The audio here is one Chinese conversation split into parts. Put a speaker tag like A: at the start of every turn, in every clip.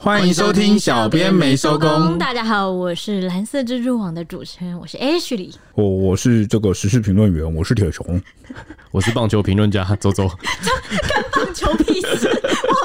A: 欢迎收听《小编没收工》
B: 大家好，我是蓝色蜘蛛网的主持人，我是 Ashley。
A: 我我是这个时事评论员，我是铁熊。
C: 我是棒球评论家周周，
B: 棒球屁事，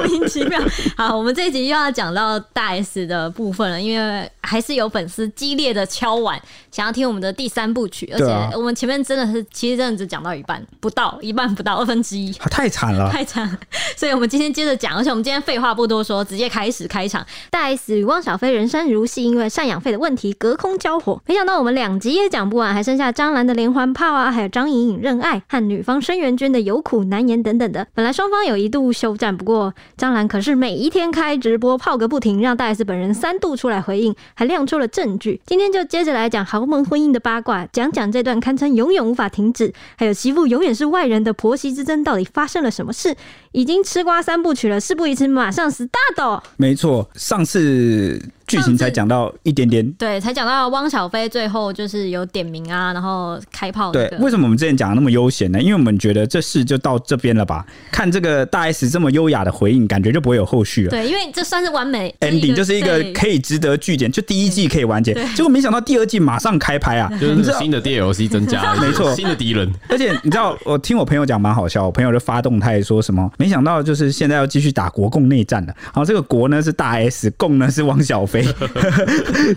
B: 莫名其妙。 好，我们这一集又要讲到大 S 的部分了，因为还是有粉丝激烈的敲碗，想要听我们的第三部曲，而
A: 对啊
B: 且我们前面真的是，其实真的只讲到一半，不到一半不到二分之一。
A: 啊太惨了，
B: 太长，所以我们今天接着讲，而且我们今天废话不多说，直接开始开场。
D: 大 S 与汪小菲人生如戏，因为赡养费的问题隔空交火。没想到我们两集也讲不完，还剩下张兰的连环炮啊，还有张颖颖认爱和女方申元君的有苦难言等等的。本来双方有一度休战，不过张兰可是每一天开直播泡个不停，让大 S 本人三度出来回应，还亮出了证据。今天就接着来讲豪门婚姻的八卦，讲讲这段堪称永远无法停止，还有媳妇永远是外人的婆媳之争到底发生了什么事。已经吃瓜三部曲了，事不宜迟，马上 start。
A: 没错，上次剧情才讲到一点点。
B: 对，才讲到汪小菲最后就是有点名啊，然后开炮那
A: 对，
B: 个。
A: 为什么我们之前讲的那么悠闲呢？因为我们觉得这事就到这边了吧？看这个大 S 这么优雅的回应，感觉就不会有后续了。
B: 对，因为这算是完美
A: ending 就是一个
B: 对
A: 可以值得据点，就第一季可以完结，结果没想到第二季马上开拍啊！
C: 就
A: 你知
C: 是
A: 道
C: 新的 DLC 增 加了，
A: 没错
C: 新的敌人，
A: 而且你知道，我听我朋友讲蛮好笑，我朋友就发动态说什么，没想到就是现在要继续打国共内战了。然后这个国呢是大 S，共呢是汪小菲。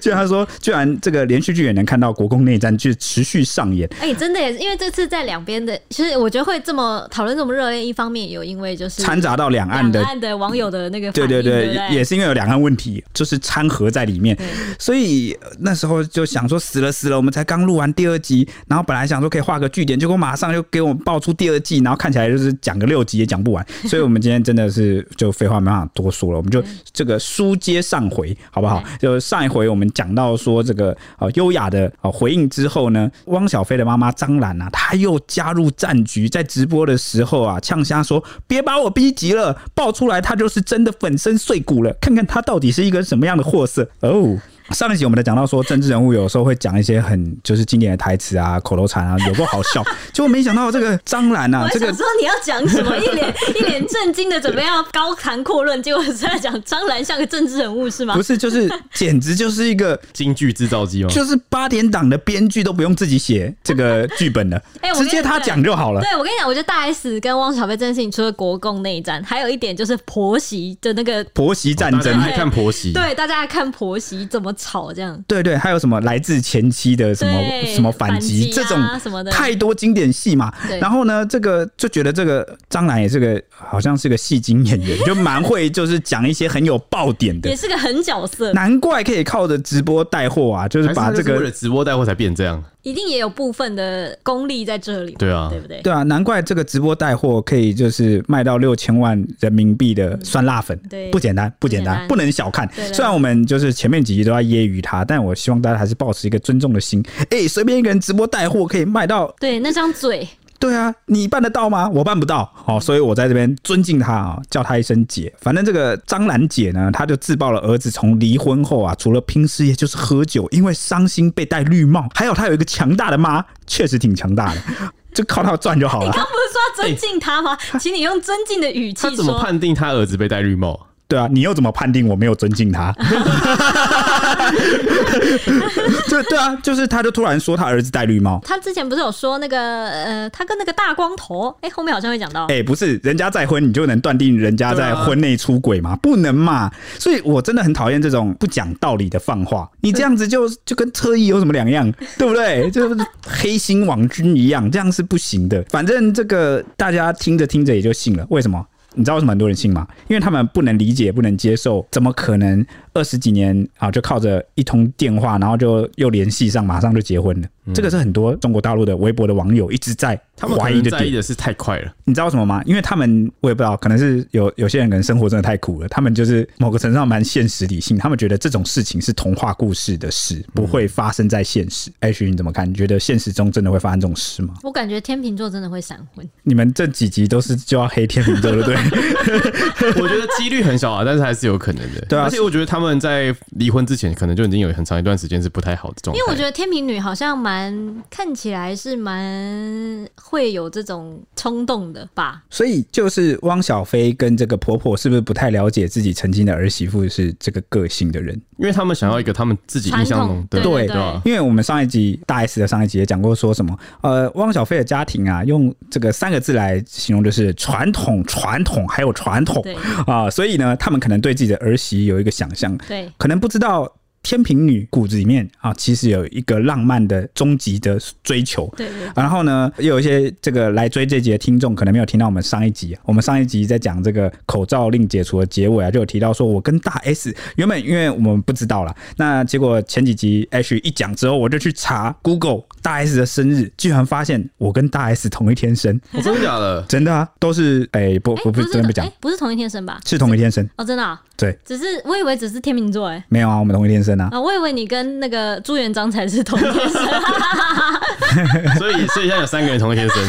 A: 居然他说，居然这个连续剧也能看到国共内战剧持续上演。
B: 哎、真的耶，因为这次在两边的，其实我觉得会这么讨论这么热烈，一方面也有因为就是
A: 掺杂到两岸的
B: 两岸的网友的那个反
A: 对
B: 应
A: 对
B: 对
A: 对，
B: 不
A: 也也是因为有两岸问题，就是掺和在里面，所以呃那时候就想说死了死了，我们才刚录完第二集，然后本来想说可以画个据点，结果马上就给我们爆出第二季，然后看起来就是讲个六集也讲不完，所以我们今天真的是就废话没办法多说了，我们就这个书接上回好不好？就上一回我们讲到说这个呃优雅的呃回应之后呢，汪小菲的妈妈张兰啊，她又加入战局，在直播的时候啊，呛瞎说别把我逼急了，爆出来她就是真的粉身碎骨了，看看她到底是一个什么样的货色哦。上一集我们在讲到说，政治人物有时候会讲一些很就是经典的台词啊、口头禅啊，有够好笑。结果没想到这个张兰
B: 我
A: 啊，
B: 还
A: 这个
B: 想说你要讲什么，一脸一脸震惊的准备要高谈阔论，结果是在讲张兰像个政治人物是吗
A: 不？是就是简直就是一个
C: 京剧制造机吗？
A: 就是八点档的编剧都不用自己写这个剧本了，
B: 哎我跟
A: 直
B: 你
A: 接他讲就好了。
B: 对，我跟你讲，我觉得大 S 跟汪小菲这件事情，除了国共内战，还有一点就是婆媳的那个，
A: 婆媳战
C: 哦大
A: 争
C: 家，爱看婆媳，
B: 对，大家看婆媳怎么吵这样。
A: 对对，还有什么来自前妻的什么
B: 对
A: 什么反击，
B: 反击啊
A: 这种
B: 什么的
A: 太多经典戏嘛
B: 对。
A: 然后呢，这个就觉得这个张兰也是个好像是个戏精演员，就蛮会就是讲一些很有爆点的
B: 也，是个狠角色，
A: 难怪可以靠着直播带货啊，就是
C: 还
A: 把
C: 是
A: 这
C: 这个为
A: 个
C: 了直播带货才变这样，
B: 一定也有部分的功力在这里嘛，
C: 对啊
B: 对不对？
A: 对啊，难怪这个直播带货可以就是卖到六千万人民币的酸辣粉，
B: 对
A: 不简单，嗯不简
B: 不
A: 单，
B: 简单
A: 不能小看
B: 对。的
A: 虽然我们就是前面几集都在揶揄他，但我希望大家还是保持一个尊重的心。哎、随便一个人直播带货可以卖到，
B: 对，那 张嘴，
A: 对啊，你办得到吗？我办不到，哦，所以我在这边尊敬他啊、叫他一声姐。反正这个张兰姐呢，她就自曝了儿子从离婚后啊，除了拼事业就是喝酒，因为伤心被戴绿帽，还有她有一个强大的妈，确实挺强大的， 就靠她赚就好了
B: 你。刚不是说要尊敬他吗？请你用尊敬的语气
C: 哎他怎
B: 说，
C: 么判定他儿子被戴绿帽？
A: 对啊，你又怎么判定我没有尊敬他？对对啊， 就是他就突然说他儿子戴绿帽，
B: 他之前不是有说那个呃，他跟那个大光头，哎、后面好像会讲到。
A: 哎、不是人家再婚，你就能断定人家
C: 啊
A: 在婚内出轨吗？不能嘛！所以我真的很讨厌这种不讲道理的放话，你这样子就就跟车衣有什么两样， 对不对？就是黑心网军一样，这样是不行的。反正这个大家听着听着也就信了，为什么？你知道为什么很多人信吗？因为他们不能理解，不能接受，怎么可能二十几年啊就靠着一通电话，然后就又联系上，马上就结婚了？这个是很多中国大陆的微博的网友一直在
C: 嗯他们可
A: 怀疑
C: 能
A: 的
C: 在
A: 点
C: 意。的是太快 了，
A: 你知道为什么吗？因为他们我也不知道，可能是有有些人可能生活真的太苦了，他们就是某个程度上蛮现实理性，他们觉得这种事情是童话故事的事，不会发生在现实。H，、你怎么看？你觉得现实中真的会发生这种事吗？
B: 我感觉天秤座真的会闪婚，
A: 你们这几集都是就要黑天秤座了，对不对？
C: 我觉得几率很小啊，但是还是有可能的。
A: 对啊
C: 而且我觉得他们在离婚之前，可能就已经有很长一段时间是不太好的状态。
B: 因为我觉得天秤女好像蛮看起来是蛮会有这种冲动的吧。
A: 所以就是汪小菲跟这个婆婆是不是不太了解自己曾经的儿媳妇是这个个性的人？
C: 因为他们想要一个他们自己印象中的
B: 传统对
A: 对
C: 对啊吧？
A: 因为我们上一集大 S 的上一集也讲过，说什么呃，汪小菲的家庭啊，用这个三个字来形容就是传统、传统还有传统
B: 对
A: 啊、所以呢，他们可能对自己的儿媳有一个想象，
B: 对，
A: 可能不知道。天平女骨子里面啊，其实有一个浪漫的终极的追求，
B: 对对
A: 然后呢，也有一些这个来追这集的听众可能没有听到我们上一集，我们上一集在讲这个口罩令解除的结尾啊，就有提到说我跟大 S 原本因为我们不知道啦，那结果前几集 H 一讲之后，我就去查 Google 大 S 的生日，居然发现我跟大 S 同一天生，
C: 我哦真的假 的？
A: 真的啊，都是哎、不
B: 哎，
A: 不不
B: 不
A: 是真的不讲
B: 哎，，不是同一天生吧？
A: 是同一天生，
B: 哦，真的啊，
A: 对，
B: 只是我以为只是天秤座哎。
A: 没有啊，我们同一天生啊，
B: 啊，我以为你跟那个朱元璋才是同一天 生，
A: 啊
C: 所以所以现在有三个人同一天生，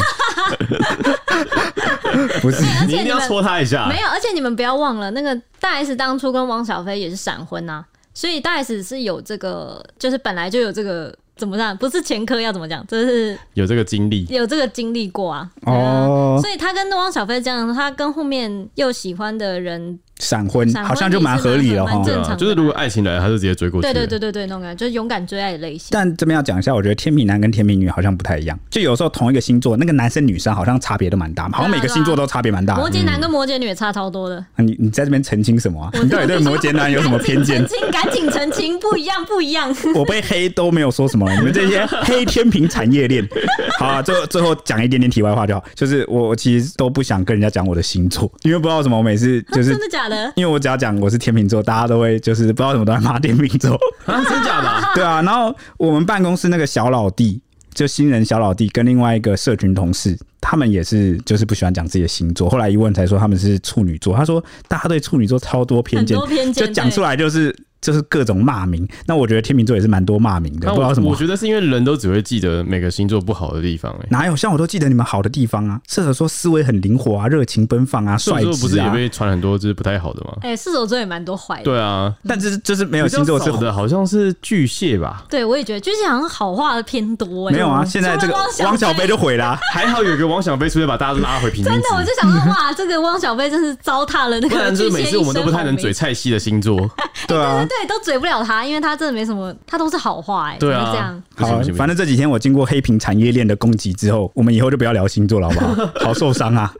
A: 不是。
B: 而
C: 你一
B: 且
C: 定
B: 你
C: 要
B: 们
C: 戳他一下。
B: 没有，而且你们不要忘了，那个大 S 当初跟汪小菲也是闪婚呐、所以大 S 是有这个，就是本来就有这个怎么样，不是前科要怎么讲，就是
C: 有这个经历，
B: 有这个经历过啊。对啊
A: 哦，
B: 所以他跟汪小菲这样，他跟后面又喜欢的人，
A: 闪婚
B: 闪婚
A: 好像就蛮合理哦了哈
B: 也是蛮。
C: 对
B: 正常
C: 啊，
B: 的
C: 就是如果爱情来了，他就直接追过去。
B: 对对对，对对，那种感觉就是勇敢追爱的类型。
A: 但这边要讲一下，我觉得天秤男跟天秤女好像不太一样，就有时候同一个星座，那个男生女生好像差别都蛮大，好像每个星座都差别蛮大的。
B: 摩羯男跟摩羯女也差超多的，
A: 啊你你在这边澄清什么啊？你到底 对摩羯男有什么 偏见
B: 澄？清，赶紧澄清，不一样，不一样。
A: 我被黑都没有说什么，你们这些黑天平产业链。 好、啊，最后最后讲一点点题外话就好，就是我我其实都不想跟人家讲我的星座，因为不知道为什么，我每次就是
B: 啊真的假 的？
A: 因为我只要讲我是天秤座，大家都会就是不知道为什么都在骂天秤座。
C: 啊，真假的 啊？
A: 对啊，然后我们办公室那个小老弟，就新人小老弟，跟另外一个社群同事，他们也是就是不喜欢讲自己的星座。后来一问才说他们是处女座，他说大家对处女座超多偏见，
B: 很多偏见
A: 就讲出来就是就是各种骂名。那我觉得天秤座也是蛮多骂名的，
C: 那
A: 不知道
C: 我
A: 为什
C: 我
A: 么。
C: 觉得是因为人都只会记得每个星座不好的地方，哎，
A: 哪有像我都记得你们好的地方啊？射手座思维很灵活啊，热情奔放啊，
C: 射
A: 率
C: 手座不是
A: 直
C: 也
A: 啊。
C: 被传很多就是不太好的吗？
B: 哎、射手座也蛮多坏的。
C: 对啊，
A: 但就是就是没有星座是
C: 比较少的，好像是巨蟹吧？
B: 对，我也觉得，就是好像好话的偏多、欸。
A: 没有啊。现在这
B: 除
A: 个
B: 了
A: 王
B: 汪
A: 小
B: 小
A: 飞
B: 菲
A: 就毁 了啊、
C: 还好有一个王小飞出现，把大家拉回平均
B: 真的，我
C: 值。
B: 就想说，哇，这个汪小菲真是糟蹋了那
C: 不
B: 个
C: 然就
B: 巨
C: 是每
B: 蟹
C: 次
B: 一生
C: 我们都不太能
B: 好
C: 嘴
B: 名。
C: 菜系的星座，
A: 对啊。
B: 对，都嘴不了他，因为他真的没什么，他都是好话、哎，
C: 对
B: 怎么
C: 啊，
B: 会这样。
C: 不行
A: 好
C: 不行，不行
A: 反正这几天我经过黑屏产业链的攻击之后，我们以后就不要聊星座了，好不 好？好受伤啊。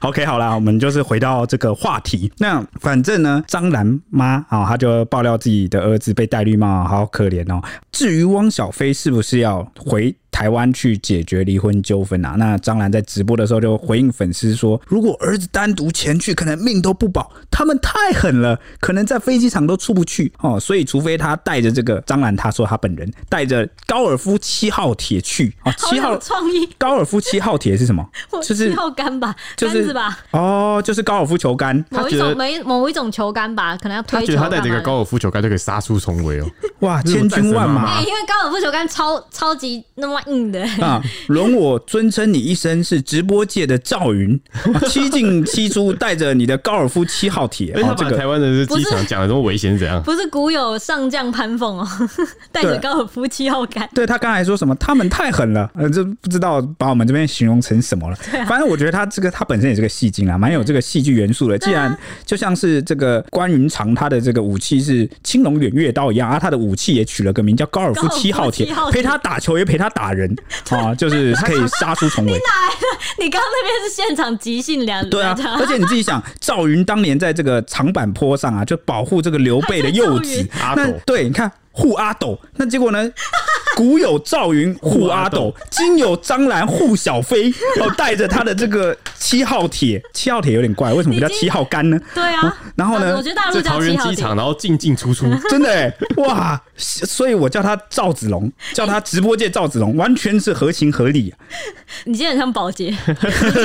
A: OK，好啦，我们就是回到这个话题。那反正呢，张兰妈啊，她就爆料自己的儿子被戴绿帽，好可怜哦。至于汪小菲是不是要回？台湾去解决离婚纠纷啊！那张兰在直播的时候就回应粉丝说：“如果儿子单独前去，可能命都不保。他们太狠了，可能在飞机场都出不去哦。所以，除非他带着这个张兰，他说他本人带着高尔夫七号铁去哦，
B: 好
A: 七号
B: 有创意，
A: 高尔夫七号铁是什么？
B: 我
A: 就是
B: 七号杆吧，
A: 就是
B: 杆子吧，
A: 哦，就是高尔夫球杆。
B: 某一
C: 觉得
B: 种某一某一种球杆吧，可能要
C: 他
B: 推
C: 觉
B: 球
C: 得他
B: 干嘛
C: 带
B: 的。
C: 着一个高尔夫球杆就可以杀出重围哦。
A: 哇，
C: 日
A: 千
C: 本战
A: 军
C: 神
A: 万
C: 妈妈
A: 马
B: 哎、因为高尔夫球杆超超级那么硬的、
A: 啊！容我尊称你一声是直播界的 赵云，啊七进七出，带着你的高尔夫七号铁
C: 而且
A: 啊
C: 哎他，
A: 这
C: 把台
A: 个。
C: 湾的
B: 不
C: 机
B: 是
C: 场讲的这么危险是怎样？
B: 不是古有上将潘凤哦， 带着
A: 对
B: 高尔夫七号杆，
A: 对他刚才说什么？他们太狠了，呃，这不知道把我们这边形容成什么了。
B: 啊
A: 反正我觉得他这个他本身也是个戏精啊，蛮有这个戏剧元素的。既
B: 啊
A: 然就像是这个关云长他的这个武器是青龙偃月刀一样啊，他的武器也取了个名叫高尔夫七号铁
B: 高尔夫七号，铁
A: 陪他打球也陪他打人啊，就是可以杀 出
B: 啊
A: 重围。
B: 你刚刚那边是现场即兴两
A: 对啊
B: 两场，
A: 而且你自己想，赵云当年在这个长坂坡上啊，就保护这个刘备的幼
B: 还
A: 子
B: 是
C: 赵云
A: 那
C: 阿斗
A: 对，你看护阿斗，那结果呢？古有赵云护阿斗，今有张兰护小飞，哦，带着他的这个七号铁，七号铁有点怪，为什么叫七号杆呢？
B: 对
C: 哦
B: 啊，
A: 然后呢
B: 我觉得大陆
C: 在
B: 叫
C: 桃
B: 七
C: 园
B: 号
C: 机
B: 点
C: 场，然后进进出出，
A: 真的、欸、哇！所以我叫他赵子龙，叫他直播界赵子龙，完全是合情合理啊。
B: 你今天很像 保洁，你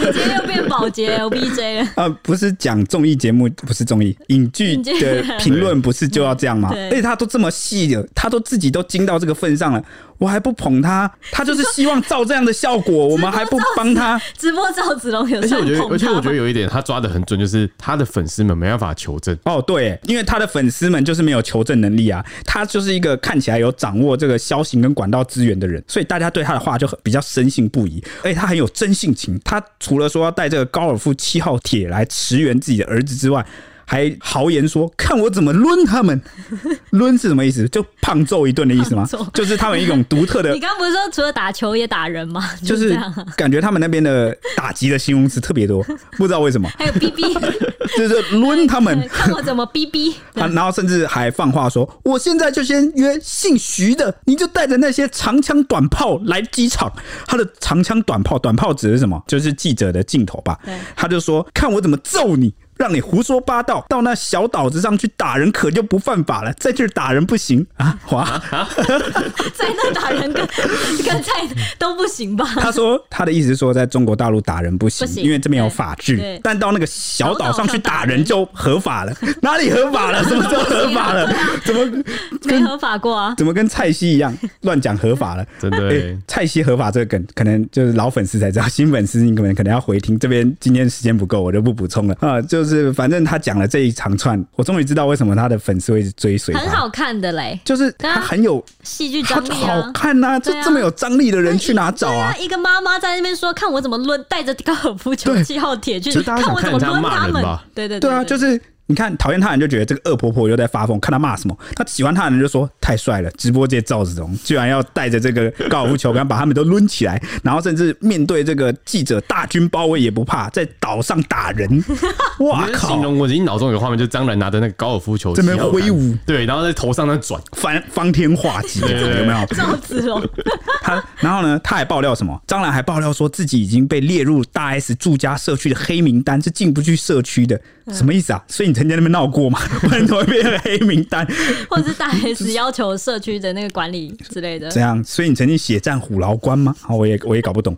B: 今天又变保洁 LBJ 了。
A: 呃，不是讲综艺节目，不是综艺影剧
B: 影剧
A: 的评论，不是就要这样吗？
B: 对
A: 而且他都这么细了，他都自己都精到这个份上了，我还不捧他，他就是希望照这样的效 果，我们还不帮他。
B: 直播赵子龙有
C: 而且
B: 算
C: 我觉得，
B: 捧
C: 而且我
B: 他
C: 觉
B: 吗
C: 得？有一点他抓的很准，就是他的粉丝们没办法求证。
A: 哦，对欸，因为他的粉丝们就是没有求证能力啊，他就是一个看起来有掌握这个消息跟管道资源的人，所以大家对他的话就很比较深信不疑。而且他很有真性情，他除了说要带这个高尔夫七号铁来驰援自己的儿子之外，还豪言说：“看我怎么抡 他们！”抡是什么意思？就胖揍一顿的意思吗
B: 胖揍？
A: 就是他们一种独特的
B: 你刚不是说除了打球也打人吗？
A: 就
B: 这
A: 是
B: 样啊。
A: 感觉他们那边的打击的形容词特别多，不知道 为什么，
B: 还有 BB，
A: 就是抡他 们
B: 对，看我怎么 BB。
A: 啊，然后甚至还放话说：“我现在就先约姓徐的，你就带着那些长枪短炮来机场。”他的长枪短炮，短炮指的是什么？就是记者的镜头吧
B: 对。
A: 他就说：“看我怎么揍你！”让你胡说八道，到那小岛子上去打人可就不犯法了，在这儿打人不行啊！ 哇，
B: 在那打人跟跟在都不行吧？
A: 他说他的意思是说，在中国大陆打人不行，
B: 不行
A: 因为这边有法
B: 对
A: 治
B: 对，
A: 但到那个小岛上去
B: 小岛上打
A: 打人
B: 人
A: 就合法了，哪里合法了？ 什么时候合法了？
B: 啊
A: 怎么
B: 没合法过啊。
A: 怎么跟蔡西一样乱讲合法了？
C: 真的
A: 对，
C: 欸，
A: 蔡西合法这个梗，可能就是老粉丝才知道，新粉丝你可能可能要回听。这边今天时间不够，我就不补充了啊、就是反正他讲了这一长串，我终于知道为什么他的粉丝会一直追随他，
B: 很好看的嘞，
A: 就是他很有
B: 戏剧
A: 他
B: 张力
A: 好
B: 啊。
A: 看呐、这
B: 对啊
A: 这么有张力的人去哪找
B: 对
A: 啊
B: 啊，？一个妈妈在那边说：“看我怎么抡，带着高尔夫球
A: 对
B: 七号铁去
C: 其实大家想
B: 我怎么
C: 看人
B: 抡
C: 家骂
B: 他
C: 人
B: 们
C: 吧。”
B: 对对
A: 对啊， 就是你看讨厌他的人就觉得这个恶婆婆又在发疯，看他骂什么，他喜欢他的人就说太帅了，直播界赵子龙居然要带着这个高尔夫球杆把他们都抡起来，然后甚至面对这个记者大军包围也不怕，在岛上打 人，哇
C: 你就是
A: 靠
C: 形！容我已经脑中有画面，就张兰拿着那个高尔夫球
A: 这边挥舞，
C: 对，然后在头上那转，
A: 翻方天画戟，
C: 对对对
A: 有没有？
B: 赵子龙，
A: 他然后呢，他还爆料什么？张兰还爆料说自己已经被列入大 S 住家社区的黑名单，是进不去社区的，什么意思啊？所以你曾经在那边闹过吗？ 不然怎么会变成黑名单？
B: 或者是大 S 要求社区的那个管理之类 的，
A: 这样，所以你曾经血战虎牢关吗？哦好，我也我也搞不懂。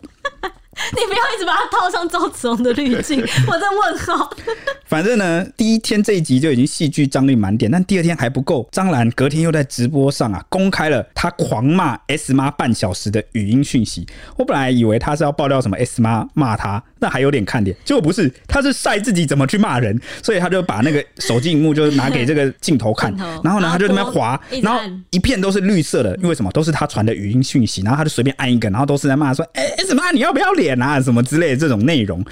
B: 你不要一直把它套上赵子龙的滤镜，我在问号。
A: 反正呢，第一天这一集就已经戏剧张力满点，但第二天还不够。张兰隔天又在直播上啊，公开了她狂骂 S 妈半小时的语音讯息。我本来以为她是要爆料什么 S 妈骂她，那还有点看点，结果不是，她是晒自己怎么去骂人，所以她就把那个手机荧幕就拿给这个镜头看
B: 镜头，
A: 然后呢，她就在那边
B: 然后
A: 滑
B: 一，直
A: 然后
B: 按
A: 一片都是绿色的，因为什么？都是她传的语音讯息，然后她就随便按一个，然后都是在骂说：“哎、S 妈你要不要脸啊？”什么之类的这种内容。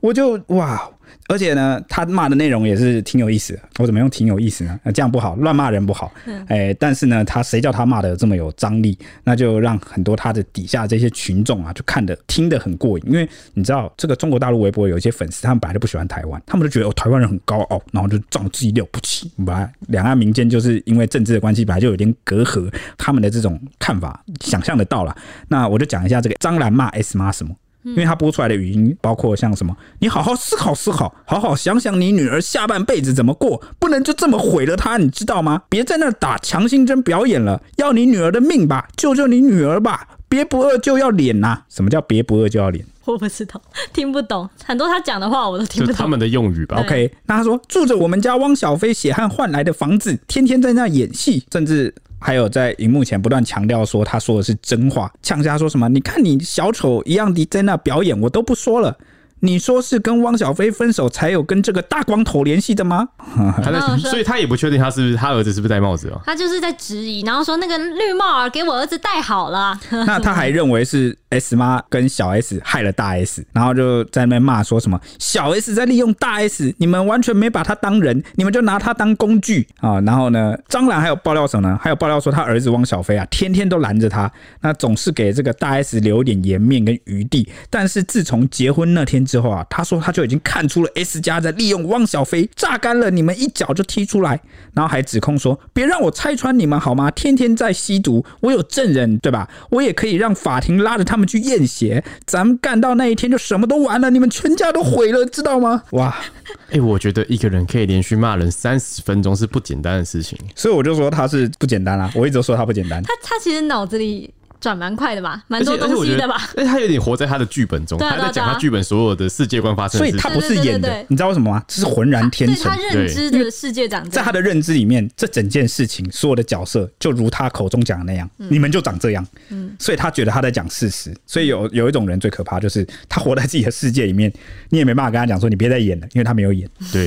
A: 我就哇，而且呢，他骂的内容也是挺有意思的。我怎么用挺有意思呢？呃这样不好，乱骂人不好。哎、但是呢，他谁叫他骂的这么有张力？那就让很多他的底下这些群众啊，就看得听得很过瘾。因为你知道，这个中国大陆微博有一些粉丝，他们本来就不喜欢台湾，他们就觉得哦，台湾人很高傲，然后就仗自己了不起。本来两岸民间就是因为政治的关系，本来就有点隔阂，他们的这种看法想象得到了。那我就讲一下这个张兰骂 S 妈什么。因为他播出来的语音包括像什么，你好好思考思考，好好想想你女儿下半辈子怎么过，不能就这么毁了她，你知道吗？别在那儿打强心针表演了，要你女儿的命吧，救救你女儿吧，别不饿就要脸呐、什么叫别不饿就要脸？
B: 我不知道，听不懂，很多他讲的话我都听
C: 就
B: 不
C: 他
B: 懂。
C: 们的用语吧。
A: OK，那他说住着我们家汪小菲血汗换来的房子，天天在那演戏，甚至。还有在荧幕前不断强调说他说的是真话，呛下说什么？你看你小丑一样的在那表演，我都不说了。你说是跟汪小菲分手才有跟这个大光头联系的吗？
C: 他在
B: 然后，说
C: 所以他也不确定他是不是他儿子是不是戴帽子啊？
B: 他就是在质疑，然后说那个绿帽儿给我儿子戴好了，
A: 那他还认为是 S 妈跟小 S 害了大 S，然后就在那边骂说什么小 S 在利用大 S，你们完全没把她当人，你们就拿她当工具啊、然后呢，张兰还有爆料什么呢？还有爆料说他儿子汪小菲啊，天天都拦着他，那总是给这个大 S 留一点颜面跟余地。但是自从结婚那天之后啊，他说他就已经看出了 S 家在利用汪小菲榨干了你们，一脚就踢出来，然后还指控说别让我拆穿你们好吗？天天在吸毒，我有证人对吧？我也可以让法庭拉着他们去验血，咱们干到那一天就什么都完了，你们全家都毁了，知道吗？哇！
C: 哎、我觉得一个人可以连续骂人三十分钟是不简单的事情。
A: 所以我就说他是不简单啦、我一直都说他不简单。
B: 他他其实脑子里转蛮快的吧，蛮多
C: 而且
B: 东西的吧？？
C: 而且我觉得哎，他有点活在他的剧本中，
B: 对
C: 他
B: 啊对
C: 在
B: 啊
C: 讲
B: 对啊
C: 他剧本所有的世界观发生
A: 所
C: 的
A: 以
C: 事
A: 他
C: 情。
A: 不是演
B: 对对对
A: 的
B: 对，
A: 你知道为什么吗？这是浑然天
B: 对
A: 成
B: 他。认知的世界长这
A: 在
B: 样
A: 他。的认知里面，这整件事情所有的角色就如他口中讲的那样，你们就长这样，所以他觉得他在讲事实。所以有有一种人最可怕，就是他活在自己的世界里面，你也没办法跟他讲说你别再演了，因为他没有演。
C: 对，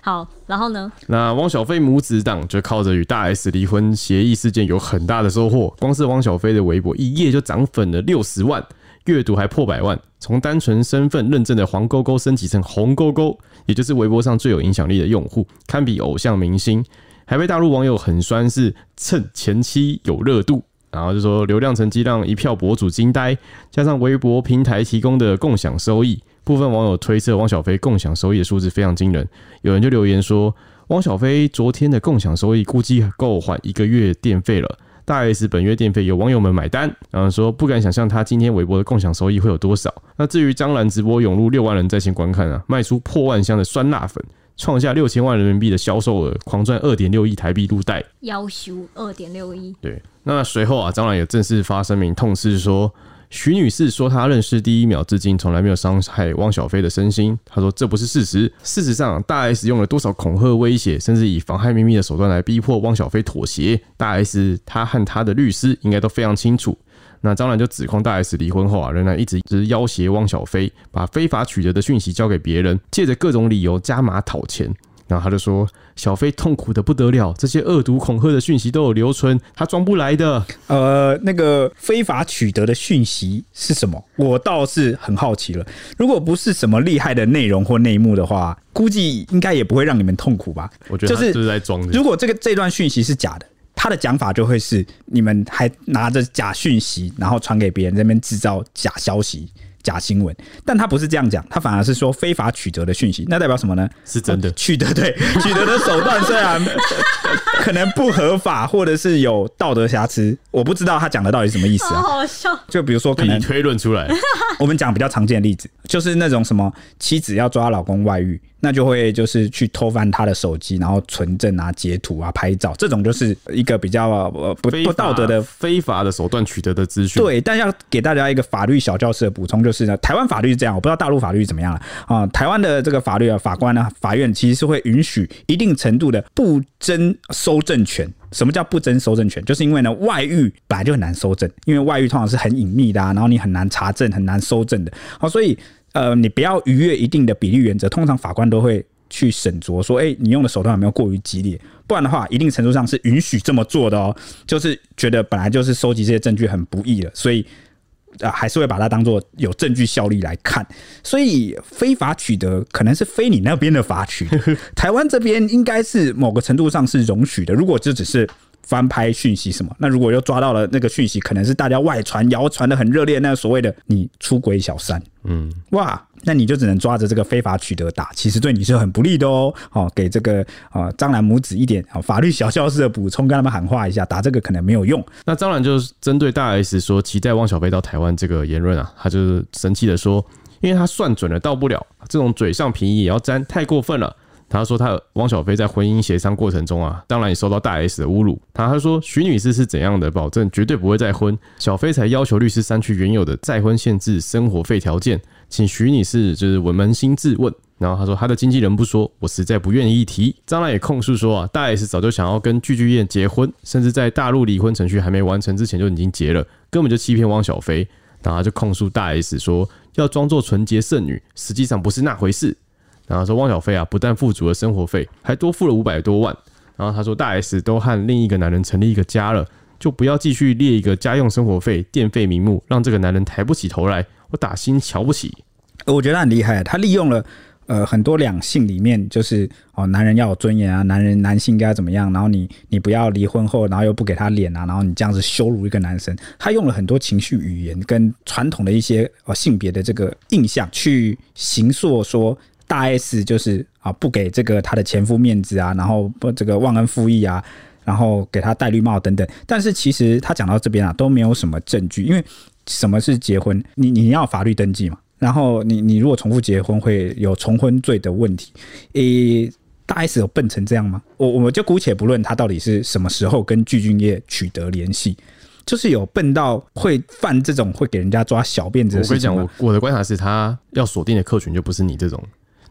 B: 好，然后呢？
C: 那汪小菲母子档就靠着与大 S 离婚协议事件有很大的收获，光是汪小菲的微博一夜就涨粉了六十万，阅读还破百万，从单纯身份认证的黄勾勾升级成红勾勾，也就是微博上最有影响力的用户，堪比偶像明星，还被大陆网友很酸是趁前期有热度。然后就说流量成绩让一票博主惊呆，加上微博平台提供的共享收益，部分网友推测汪小菲共享收益的数字非常惊人。有人就留言说，汪小菲昨天的共享收益估计够还一个月电费了。大 S 本月电费由网友们买单，然后说不敢想象他今天微博的共享收益会有多少。那至于张兰直播涌入六万人在线观看啊，卖出破万箱的酸辣粉，创下六千万人民币的销售额，狂赚二点六亿台币入袋。
B: 要求二点六一，
C: 对，那随后啊，张兰也正式发声明痛斥说，徐女士说她认识第一秒至今从来没有伤害汪小菲的身心，她说这不是事实。事实上，大 S 用了多少恐吓、威胁，甚至以妨害秘密的手段来逼迫汪小菲妥协，大 S 她和她的律师应该都非常清楚。那张兰就指控大 S 离婚后啊，仍然一直只要挟汪小菲，把非法取得的讯息交给别人，借着各种理由加码讨钱。然后他就说：“小飞痛苦的不得了，这些恶毒恐吓的讯息都有留存，他装不来的。
A: 呃，那个非法取得的讯息是什么？我倒是很好奇了。如果不是什么厉害的内容或内幕的话，估计应该也不会让你们痛苦吧？
C: 我觉得他
A: 就是
C: 就是在装的
A: 如果这个这段讯息是假的，他的讲法就会是你们还拿着假讯息，然后传给别人，在那边制造假消息、假新闻。但他不是这样讲，他反而是说非法取得的讯息，那代表什么呢？
C: 是真的
A: 哦取得对取得的手段虽然可能不合法，或者是有道德瑕疵，我不知道他讲的到底是什么意思
B: 好
A: 啊。
B: 好笑。
A: 就比如说，可
C: 被
A: 能
C: 你推论出来，
A: 我们讲比较常见的例子，就是那种什么妻子要抓老公外遇，那就会就是去偷翻他的手机，然后存证啊、截图啊、拍照，这种就是一个比较呃不
C: 非
A: 不
C: 法
A: 道德的。
C: 非法的手段取得的资讯。，
A: 对，但要给大家一个法律小教室的补充，就是呢，台湾法律是这样，我不知道大陆法律怎么样了啊、台湾的这个法律啊，法官呢、法院其实是会允许一定程度的不征收证权。什么叫不征收证权？就是因为呢，外遇本来就很难收证，因为外遇通常是很隐秘的啊，然后你很难查证、很难收证的。好、所以呃，你不要逾越一定的比例原则，通常法官都会去审酌说，哎、你用的手段有没有过于激烈？不然的话，一定程度上是允许这么做的哦。就是觉得本来就是收集这些证据很不易了，所以啊、呃还是会把它当做有证据效力来看。所以非法取得可能是非你那边的法取得台湾这边应该是某个程度上是容许的。如果这只是翻拍讯息什么，那如果又抓到了那个讯息，可能是大家外传、谣传的很热烈，那个所谓的你出轨小三，嗯，哇，那你就只能抓着这个非法取得打，其实对你是很不利的哦。哦，给这个啊张兰母子一点啊、哦法律小教室的补充，跟他们喊话一下，打这个可能没有用。
C: 那当然就是针对大 S 说期待汪小菲到台湾这个言论啊，他就是生气的说，因为他算准了到不了，这种嘴上便宜也要沾，太过分了。他说他汪小菲在婚姻协商过程中啊，当然也受到大 S 的侮辱。他他说徐女士是怎样的保证绝对不会再婚，小菲才要求律师删去原有的再婚限制、生活费条件，请徐女士就是我扪心自问。然后他说他的经纪人不说，我实在不愿意提。张兰也控诉说啊，大 S 早就想要跟具俊晔结婚，甚至在大陆离婚程序还没完成之前就已经结了，根本就欺骗汪小菲。然后他就控诉大 S 说要装作纯洁剩女，实际上不是那回事。然后说汪小菲啊，不但付足了生活费，还多付了五百多万。然后他说大 S 都和另一个男人成立一个家了，就不要继续列一个家用生活费、电费名目，让这个男人抬不起头来。我打心瞧不起。
A: 呃我觉得他很厉害，他利用了呃很多两性里面，就是哦男人要有尊严啊，男人男性应该怎么样，然后你你不要离婚后，然后又不给他脸啊，然后你这样子羞辱一个男生，他用了很多情绪语言跟传统的一些呃性别的这个印象去形塑说。大 S 就是啊，不给这个她的前夫面子啊，然后不这个忘恩负义啊，然后给他戴绿帽等等。但是其实他讲到这边啊，都没有什么证据，因为什么是结婚？你你要法律登记嘛，然后你你如果重复结婚会有重婚罪的问题。诶、大 S 有笨成这样吗？我我们就姑且不论他到底是什么时候跟具俊晔取得联系。就是有笨到会犯这种会给人家抓小辫子
C: 我
A: 的
C: 跟
A: 事
C: 你
A: 情
C: 讲，
A: 吗
C: 我？我的观察是他要锁定的客群就不是你这种，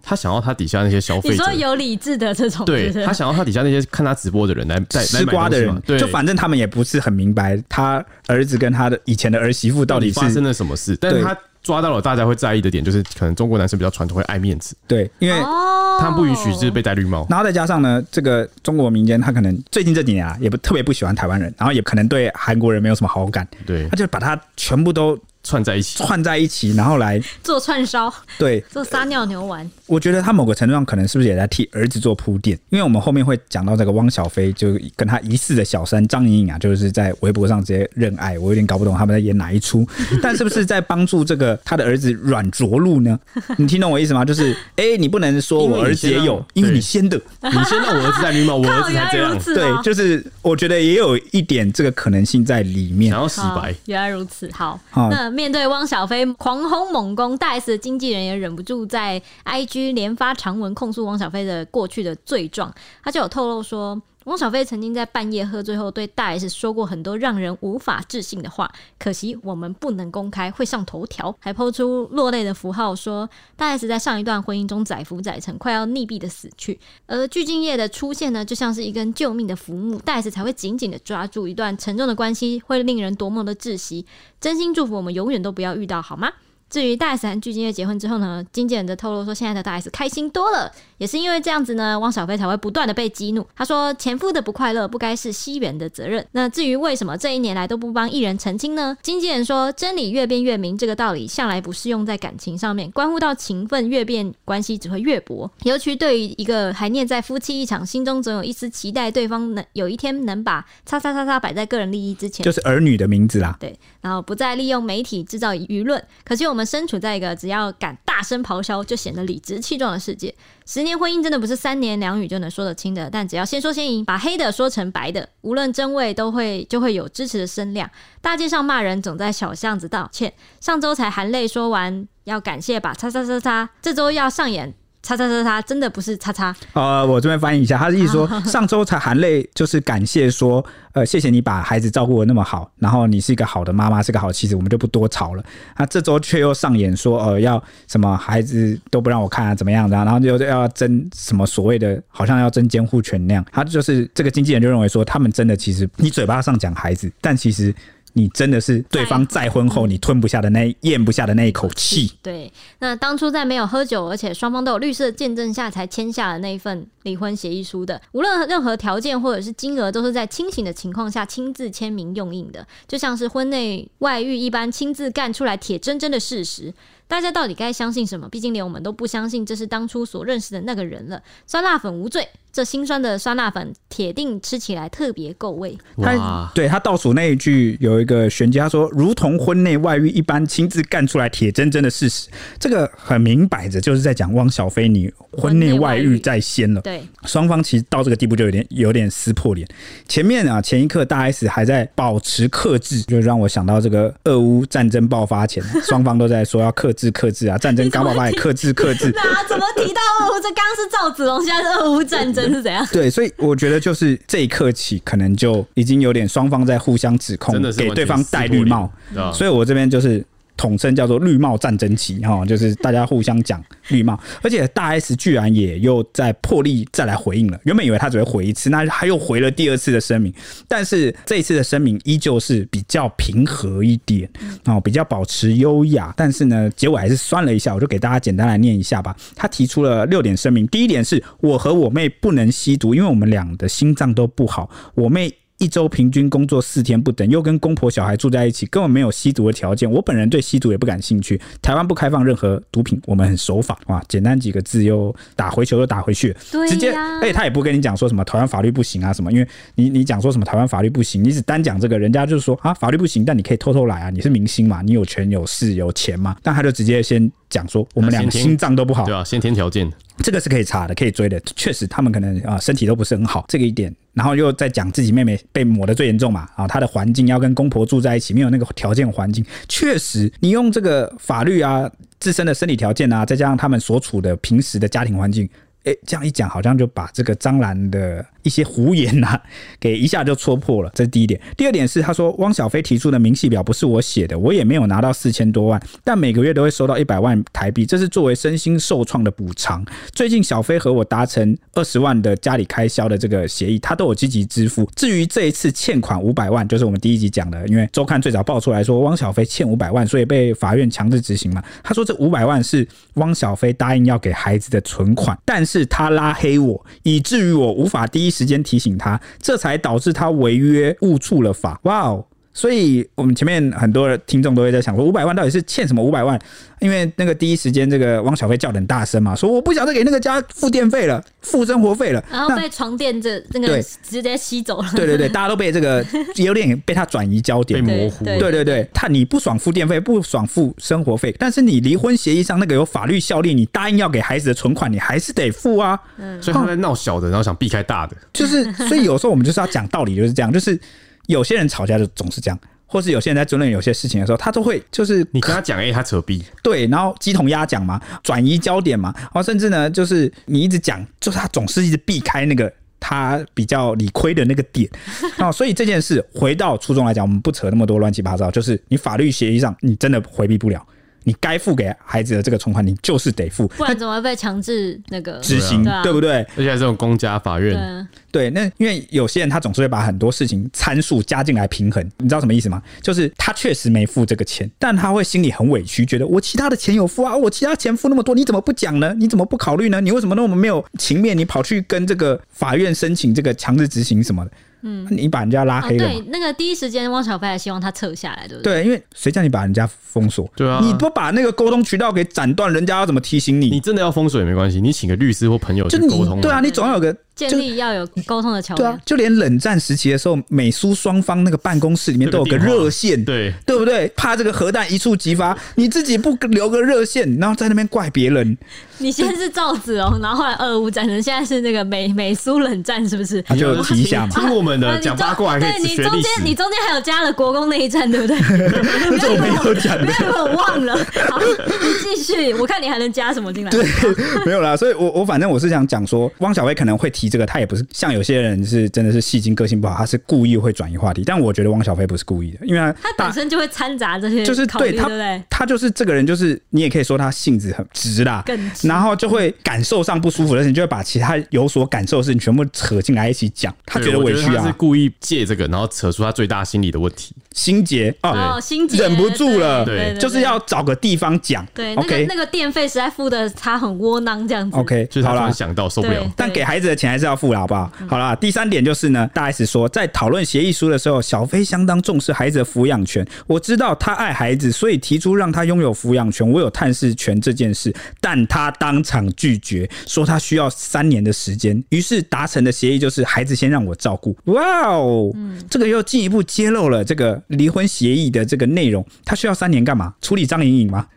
C: 他想要他底下那些消
B: 你
C: 费者
B: 说，有理智的这种，
C: 对
B: 是不是
C: 他想要他底下那些看他直播的人来来来
A: 吃
C: 买
A: 瓜的
C: 东西
A: 人
C: 嘛，对，
A: 就反正他们也不是很明白他儿子跟他的以前的儿媳妇到
C: 到
A: 底
C: 底发
A: 是
C: 生了什么事，但
A: 对
C: 是他抓到了大家会在意的点，就是可能中国男生比较传统，会爱面子，
A: 对，因为
B: 哦，
C: 他们不允许就是被戴绿帽。
A: 然后再加上呢，这个中国民间他可能最近这几年啊，也不特别不喜欢台湾人，然后也可能对韩国人没有什么好感，
C: 对
A: 他，就把他全部都
C: 串在一起，
A: 串在一起，然后来
B: 做串烧，
A: 对
B: 做撒尿牛丸，
A: 我觉得他某个程度上可能是不是也在替儿子做铺垫？因为我们后面会讲到这个汪小菲，就跟他疑似的小三张颖颖啊，就是在微博上直接认爱，我有点搞不懂他们在演哪一 出。但是不是在帮助这个他的儿子阮着陆呢？你听懂我意思吗？就是哎、诶你不能说我儿子也有，
C: 因
A: 因为
C: 为
A: 你
C: 你
A: 先的。
C: 你先让我儿子戴绿帽，我儿
B: 靠，
C: 子
B: 原
C: 才
B: 来
C: 这样
B: 如，此
A: 对
B: 哦，，
A: 就是我觉得也有一点这个可能性在里面
C: 想。要洗
B: 好
C: 白。
B: 哦原来如此，好。
A: 好
B: 那面对汪小菲狂轰猛攻，大 S 的经纪人也忍不住在 IG 连发长文控诉汪小菲的过去的罪状。他就有透露说，汪小菲曾经在半夜喝醉后对大 S 说过很多让人无法置信的话，可惜我们不能公开，会上头条，还抛出落泪的符号说大 S 在上一段婚姻中载浮载沉，快要溺毙的死去。而具俊晔的出现呢，就像是一根救命的浮木，大 S 才会紧紧的抓住。一段沉重的关系会令人多么的窒息，真心祝福我们永远都不要遇到，好吗？至于大 S 和具俊晔结婚之后呢，经纪人的透露说，现在的大 S 开心多了，也是因为这样子呢，汪小菲才会不断的被激怒。他说，前夫的不快乐不该是西元的责任。那至于为什么这一年来都不帮艺人澄清呢？经纪人说，真理越辩越明，这个道理向来不适用在感情上面，关乎到情分越辩，关系只会越薄。尤其对于一个还念在夫妻一场，心中总有一丝期待，对方能有一天能把叉叉叉叉摆在个人利益之前，
A: 就是儿女的名字啦，
B: 对，然后不再利用媒体制造舆论。可惜我们身处在一个只要敢大声咆哮就显得理直气壮的世界。十年婚姻真的不是三言两语就能说得清的，但只要先说先赢，把黑的说成白的，无论真伪都会就会有支持的声量。大街上骂人，总在小巷子道歉。上周才含泪说完要感谢吧，叉叉叉叉，这周要上演。叉叉叉叉，真的不是叉叉，
A: 呃，我这边翻译一下，他的意思说，上周才含泪，就是感谢说，呃，谢谢你把孩子照顾的那么好，然后你是一个好的妈妈，是个好妻子，我们就不多吵了。啊，这周却又上演说，呃，要什么孩子都不让我看啊，怎么样的、啊，然后就要争什么所谓的，好像要争监护权那样。他就是这个经纪人就认为说，他们真的其实你嘴巴上讲孩子，但其实。你真的是对方再婚后你吞不下的那一咽不下的那一口气，
B: 对，那当初在没有喝酒，而且双方都有律师的见证下，才签下了那一份离婚协议书的。无论任何条件或者是金额，都是在清醒的情况下亲自签名用印的，就像是婚内外遇一般，亲自干出来铁铮铮的事实。大家到底该相信什么？毕竟连我们都不相信这是当初所认识的那个人了。酸辣粉无罪，这心酸的酸辣粉铁定吃起来特别够味。
A: 他，对他倒数那一句有一个玄机，他说：“如同婚内外遇一般，亲自干出来铁铮铮的事实。”这个很明摆着就是在讲汪小菲你婚内外遇在先了。
B: 对，
A: 双方其实到这个地步就有点有点撕破脸。前面啊，前一刻大 S 还在保持克制，就让我想到这个俄乌战争爆发前，双方都在说要克制克制啊，战争刚爆发也克制克制。
B: 那怎么提到俄乌？这刚刚是赵子龙，现在是俄乌战争是怎样？
A: 对，所以我觉得就是这一刻起，可能就已经有点双方在互相指控
C: 真的，是
A: 给对方
C: 完全
A: 戴
C: 撕破
A: 绿
C: 脸
A: 帽。
C: 对啊
A: 所以我这边就是统称叫做绿帽战争期哈、就是大家互相讲绿帽，而且大 S 居然也又在破例再来回应了。原本以为他只会回一次，那他又回了第二次的声明，但是这一次的声明依旧是比较平和一点哦，比较保持优雅，但是呢，结尾还是酸了一下，我就给大家简单来念一下吧。他提出了六点声明，第一点是我和我妹不能吸毒，因为我们俩的心脏都不好，我妹。一周平均工作四天不等，又跟公婆小孩住在一起，根本没有吸毒的条件。我本人对吸毒也不感兴趣。台湾不开放任何毒品，我们很守法。哇，简单几个字又打回球又打回去，
B: 对
A: 直接，哎
B: 呀
A: 而且他也不跟你讲说什么台湾法律不行啊什么，因为你你讲说什么台湾法律不行，你只单讲这个，人家就说啊法律不行，但你可以偷偷来啊，你是明星嘛，你有权有势有钱嘛，但他就直接先讲说我们两个
C: 先听
A: 心脏都不好
C: 对，啊吧、先天条件，
A: 这个是可以查的，可以追的。确实，他们可能啊、呃身体都不是很好，这个一点。然后又在讲自己妹妹被抹得最严重嘛，啊，她的环境要跟公婆住在一起，没有那个条件环境。确实，你用这个法律啊、自身的生理条件啊，再加上他们所处的平时的家庭环境，诶，这样一讲，好像就把这个张兰的一些胡言啊， 给一下就戳破了。这是第一点。第二点是，他说汪小菲提出的明细表不是我写的，我也没有拿到四千多万，但每个月都会收到一百万台币，这是作为身心受创的补偿。最近小飞和我达成二十万的家里开销的这个协议，他都有积极支付。至于这一次欠款五百万，就是我们第一集讲的，因为周刊最早爆出来说汪小菲欠五百万，所以被法院强制执行嘛。他说这五百万是汪小菲答应要给孩子的存款，但是他拉黑我，以至于我无法第一时间提醒他，这才导致他违约误触了法。哇哦！所以我们前面很多的听众都会在想说，五百万到底是欠什么五百万？因为那个第一时间，这个汪小菲叫的很大声嘛，说我不想再给那个家付电费了，付生活费了。
B: 然后
A: 那
B: 被床垫这那个
A: 对
B: 直接吸走了。
A: 对对 对，大家都被这个有点被他转移焦点
C: 被，模糊
B: 对
A: 对对对，他你不爽付电费，不爽付生活费，但是你离婚协议上那个有法律效力，你答应要给孩子的存款，你还是得付啊。
B: 嗯
C: 所以他在闹小的，然后想避开大的，
A: 就是，所以有时候我们就是要讲道理，就是这样。就是有些人吵架就总是这样，或是有些人在争论有些事情的时候，他都会就是
C: 你跟他讲 A，他扯 B，
A: 对，然后鸡同鸭讲嘛，转移焦点嘛，然后甚至呢，就是你一直讲，就是他总是一直避开那个他比较理亏的那个 点。那所以这件事回到初中来讲，我们不扯那么多乱七八糟，就是你法律协议上你真的回避不了，你该付给孩子的这个存款，你就是得付。
B: 不然怎么会被强制那个？
A: 执行
B: 对啊啊
A: 对不对？
C: 而且还是这种公家法院，
B: 对，
A: 对，那因为有些人他总是会把很多事情参数加进来平衡，你知道什么意思吗？就是他确实没付这个钱，但他会心里很委屈，觉得我其他的钱有付啊，我其他钱付那么多，你怎么不讲呢？你怎么不考虑呢？你为什么那么没有情面？你跑去跟这个法院申请这个强制执行什么的？嗯，你把人家拉
B: 哦，
A: 黑了嘛。
B: 对，那个第一时间汪小菲还希望他撤下来，对不对？
A: 对，因为谁叫你把人家封锁？
C: 对啊
A: 你不把那个沟通渠道给斩断，人家要怎么提醒
C: 你
A: 你？
C: 真的要封锁也没关系，你请个律师或朋友
A: 就
C: 去沟通
A: 你对啊，你总要有个
B: 建立要有沟通的桥
A: 对啊
B: 梁。，
A: 就连冷战时期的时候，美苏双方那个办公室里面都有个
C: 有个电话
A: 热线，
C: 对
A: 对不啊对？怕这个核弹一触即发，你自己不留个热线，然后在那边怪别人，
B: 你先是赵子龙， 然后后来俄乌战争，现在是那个美美苏冷战，是不是？
A: 他就提一下嘛。
C: 听我们
B: 啊
C: 的
B: 你
C: 讲
B: 中
C: 八卦，还可
B: 对
C: 以
B: 你
C: 学
B: 中
C: 历
B: 间
C: 史，
B: 你中间还有加了国共那一战，对不 对？
A: 这是我没有讲
B: 没
A: 的。
B: 有忘了，好，你继续，我看你还能加什么进来？
A: 对， 没有啦，所以我我反正我是想讲说，汪小菲可能会提这个，他也不是像有些人是真的是戏精个性不好，他是故意会转移话题，但我觉得汪小菲不是故意的，因为他
B: 他本身就会掺杂这些
A: 就是
B: 考虑，
A: 对
B: 对
A: 他
B: 不对？
A: 他就是这个人，就是你也可以说他性子很直啦，
B: 更直
A: 然后就会感受上不舒服的事情，就会把其他有所感受的事情全部扯进来一起讲，他
C: 对
A: 觉得
C: 我
A: 委屈
C: 他是
A: 啊，
C: 故意借这个，然后扯出他最大心理的问题，
A: 心结
C: 对
A: 啊，
B: 哦，心结
A: 忍不住了
B: 对对对对
A: 就是要找个地方讲。
B: 对那个
A: OK
B: 那个电费实在付的他很窝囊这样子。
A: OK，
C: 就是他
A: 好
C: 突
A: 啦
C: 然。想到受不
B: 对嗯
C: 了，
A: 但给孩子的钱还是要付了，好不好？好啦，第三点就是呢，大 S 说，在讨论协议书的时候，小飞相当重视孩子的抚养权。我知道他爱孩子，所以提出让他拥有抚养权，我有探视权这件事，但他当场拒绝，说他需要三年的时间。于是达成的协议就是，孩子先让我照顾。哇哦，
B: 嗯
A: 这个又进一步揭露了这个离婚协议的这个内容。他需要三年干嘛？处理张莹莹吗？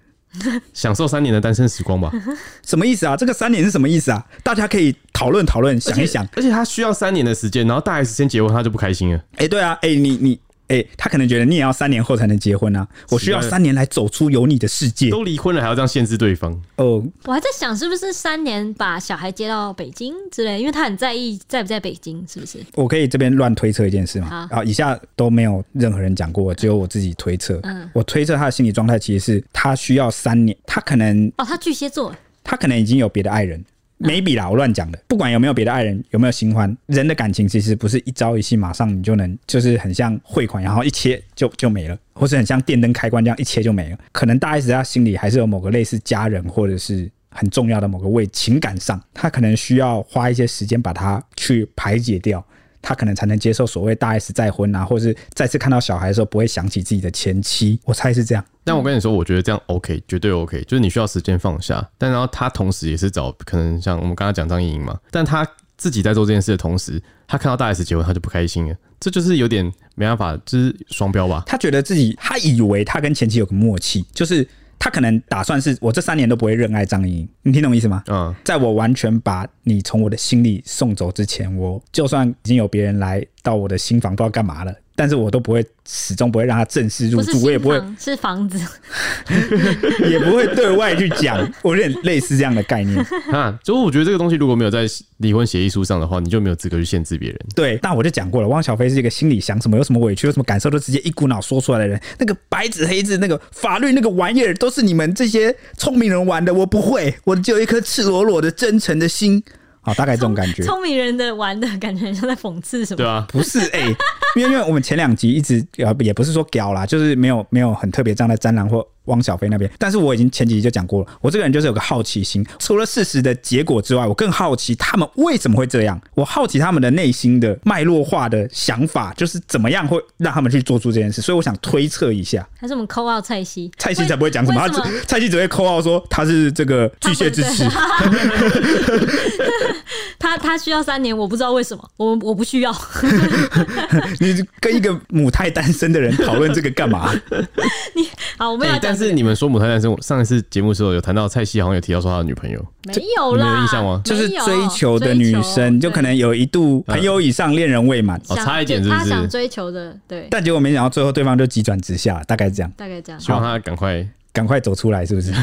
C: 享受三年的单身时 光吧。
A: 什么意思啊？这个三年是什么意思啊？大家可以讨论讨论，想一想。
C: 而且他需要三年的时间，然后大 S 先结婚，他就不开心了。
A: 哎、对啊，哎、你你，哎、他可能觉得你也要三年后才能结婚啊，我需要三年来走出有你的世界。
C: 都离婚了还要这样限制对方，
A: 哦，
B: 我还在想是不是三年把小孩接到北京之类，因为他很在意在不在北京，是不是？
A: 我可以这边乱推测一件事吗？
B: 好
A: 啊，以下都没有任何人讲过，只有我自己推测。
B: 嗯
A: 我推测他的心理状态其实是他需要三年，他可能
B: 哦，他巨蟹座，
A: 他可能已经有别的爱人。maybe 啦，我乱讲的。不管有没有别的爱人，有没有新欢，人的感情其实不是一朝一夕，马上你就能，就是很像汇款，然后一切就就没了，或是很像电灯开关这样一切就没了。可能大 S 她心里还是有某个类似家人或者是很重要的某个位，情感上她可能需要花一些时间把它去排解掉。他可能才能接受所谓大 S 再婚啊，或是再次看到小孩的时候不会想起自己的前妻。我猜是这样。
C: 但
B: 嗯
C: 我跟你说，我觉得这样 OK，绝对 OK，就是你需要时间放下。但然后他同时也是找可能像我们刚刚讲张莹莹嘛，但他自己在做这件事的同时，他看到大 S 结婚，他就不开心了，这就是有点没办法，就是双标吧。
A: 他觉得自己，他以为他跟前妻有个默契，就是他可能打算是我这三年都不会认爱张莹莹，你听懂意思吗？
C: 嗯，
A: 在我完全把你从我的心里送走之前，我就算已经有别人来到我的新房，不知道干嘛了，但是我都不会，始终不会让他正式入
B: 不是
A: 住，我也
B: 新
A: 不会，
B: 房，是房子。
A: 也不会对外去讲， 我有点类似这样的概念。
C: 啊，就我觉得这个东西如果没有在离婚协议书上的话，你就没有资格去限制别人。
A: 对，但我就讲过了，汪小菲是一个心里想什么、有什么委屈、有什么感受，都直接一股脑说出来的人。那个白纸黑字、那个法律、那个玩意儿，都是你们这些聪明人玩的，我不会，我只有一颗赤裸裸的真诚的心。好，大概这种感觉。
B: 聪明人的玩的感觉很像在讽刺什么。
C: 对啊，
A: 不是哎、因为因为我们前两集一直呃也不是说屌啦，就是没有没有很特别站在蟑螂或汪小菲那边，但是我已经前几集就讲过了，我这个人就是有个好奇心，除了事实的结果之外，我更好奇他们为什么会这样，我好奇他们的内心的脉络化的想法，就是怎么样会让他们去做出这件事，所以我想推测一下，
B: 还是我们扣奥蔡西，
A: 蔡西才不会讲什么，
B: 为
A: 他
B: 为什么
A: 只蔡西只会扣号说他是这个巨蟹之
B: 他
A: 师，
B: 他他需要三年，我不知道为什么，我我不需要。
A: 你跟一个母胎单身的人讨论这个干嘛？
B: 好，我们
C: 哎、
B: 要讲
C: 但是你们说母胎单身，我上一次节目的时候有谈到蔡西好像有提到说他的女朋友，
B: 没有啊啦，
C: 你没有印象吗
A: 就是
B: 没有
A: 追求的女生，就可。能有一度朋友以上恋人未满，
B: 追求对
C: 哦差一点是不
B: 想
C: 是
B: 他想追求的，对，
A: 但结果没想到最后对方就急转直下，大概这样，
B: 大概这样。
C: 希望他赶快
A: 赶快走出来，是不 是？你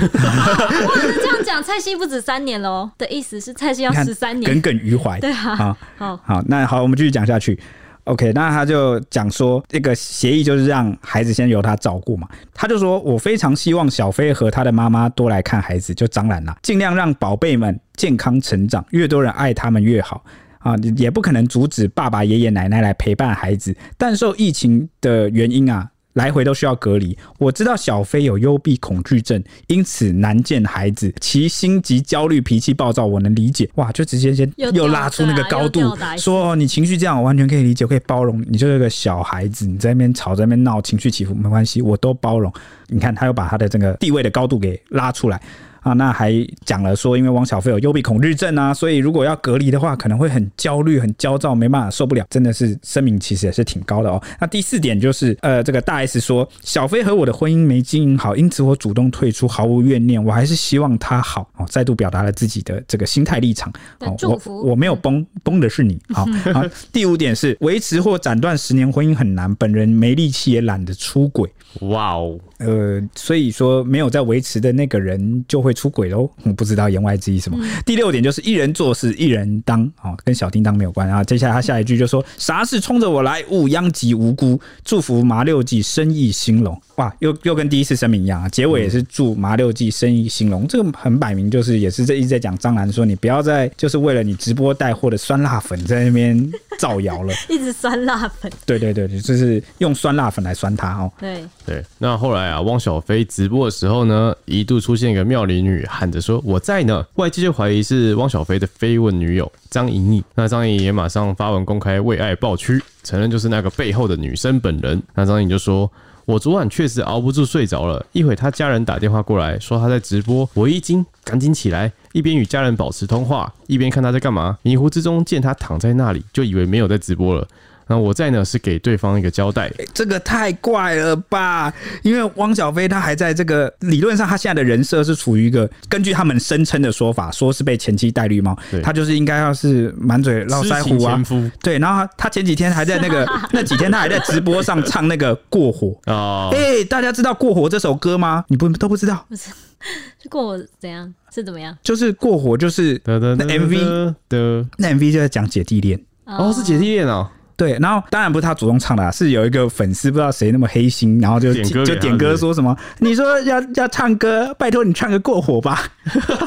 B: 这样讲，蔡西不止三年喽的意思是蔡西要
A: 看
B: 十三
A: 耿
B: 年。
A: 耿于怀。
B: 对啊，
A: 好
B: 好，
A: 好，那好，我们继续讲下去。OK，那他就讲说，这个协议就是让孩子先由他照顾嘛。他就说，我非常希望小飞和他的妈妈多来看孩子，就当然啦，尽量让宝贝们健康成长，越多人爱他们越好。啊，也不可能阻止爸爸、爷爷奶奶来陪伴孩子，但受疫情的原因啊，来回都需要隔离。我知道小飞有幽闭恐惧症，因此难见孩子，其心急、焦虑、脾气暴躁，我能理解。哇，就直接先
B: 又
A: 又
B: 吊
A: 拉出那个
B: 打
A: 高
B: 又
A: 度
B: 吊，打一次
A: 说哦你情绪这样，我完全可以理解，我可以包容。你就是个小孩子，你在那边吵，在那边闹，情绪起伏没关系，我都包容。你看，他又把他的这个地位的高度给拉出来。啊，那还讲了说，因为汪小菲有幽闭恐惧症啊，所以如果要隔离的话，可能会很焦虑、很焦躁，没办法受不了。真的是声明其实也是挺高的哦。那第四点就是，呃，这个大 S 说，小菲和我的婚姻没经营好，因此我主动退出，毫无怨念，我还是希望他好。哦，再度表达了自己的这个心态立场。
B: 的
A: 哦，
B: 祝福
A: 我我没有崩，崩的是你。 好，好。第五点是维持或斩断十年婚姻很难，本人没力气也懒得出轨。
C: 哇哦，
A: 呃，所以说没有在维持的那个人就会出轨喽。 我不知道言外之意什么。第六点就是一人做事一人当，哦，跟小叮当没有关啊。接下来他下一句就说：“啥事冲着我来，勿殃及无辜。”祝福麻六记生意兴隆。哇，又又跟第一次声明一样啊，结尾也是祝麻六记生意兴隆。这个很摆明就是也是这一直在讲张兰说，你不要再就是为了你直播带货的酸辣粉在那边造谣了。
B: 一直酸辣粉，
A: 对对对，就是用酸辣粉来酸他哦。
B: 对，
C: 对，那后来啊，汪小菲直播的时候呢，一度出现一个妙龄女喊着说“我在呢”，外界就怀疑是汪小菲的绯闻女友张莹莹。那张莹莹也马上发文公开为爱抱屈，承认就是那个背后的女生本人。那张莹就说。我昨晚确实熬不住睡着了，一会他家人打电话过来说他在直播，我一惊，赶紧起来，一边与家人保持通话，一边看他在干嘛。迷糊之中见他躺在那里，就以为没有在直播了。那我在呢，是给对方一个交代。
A: 这个太怪了吧？因为汪小菲他还在这个理论上，他现在的人设是处于一个根据他们声称的说法，说是被前妻戴绿帽
C: 对，
A: 他就是应该要是满嘴络
C: 痴
A: 腮
C: 情
A: 胡啊
C: 前。夫
A: 对，然后他前几天还在那个那几天，他还在直播上唱那个《过火》。
C: 啊、
A: 哎、大家知道《过火》这首歌吗？你不都不知道？
B: 是过我怎样是怎么样？
A: 就是《过火》，就是
C: 的的
A: 那 MV
C: 的
A: 那 MV 就在讲姐弟恋。
B: 啊
C: 哦，是姐弟恋哦，
A: 对，然后当然不是他主动唱的、啊，是有一个粉丝不知道谁那么黑心，然后就
C: 点歌给
A: 就
C: 他
A: 点歌
C: 是不是
A: 说什么，你说要要唱歌，拜托你唱个过火吧， 哦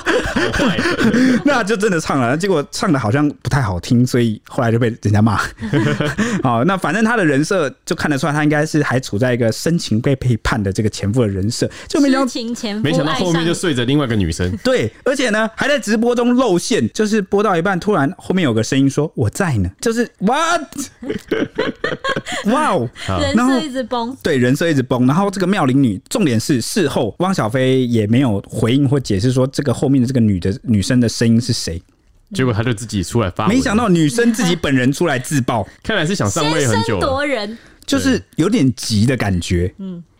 C: 好坏，
A: 那就真的唱了，结果唱的好像不太好听，所以后来就被人家骂。 好，那反正他的人设就看得出来，他应该是还处在一个深情被背叛的这个前夫的人设，就没
B: 痴
A: 想到。
B: 情前夫
C: 没想到
B: 爱
C: 后面
B: 上
C: 就睡着另外一个女 生，
A: 对，而且呢，还在直播中露馅，就是播到一半，突然后面有个声音说“我在呢”，就是 what，哇哦！
C: 好
B: 人
A: 然后
B: 设一直崩，
A: 对，人设一直崩。然后这个妙龄女，重点是事后汪小菲也没有回应或解释说这个后面的这个女的女生的声音是谁。
C: 结果他就自己出来发文，
A: 没想到女生自己本人出来自爆，
C: 看来是想上
B: 先
C: 位很
B: 声
C: 久了。
B: 夺人，
A: 就是有点急的感觉。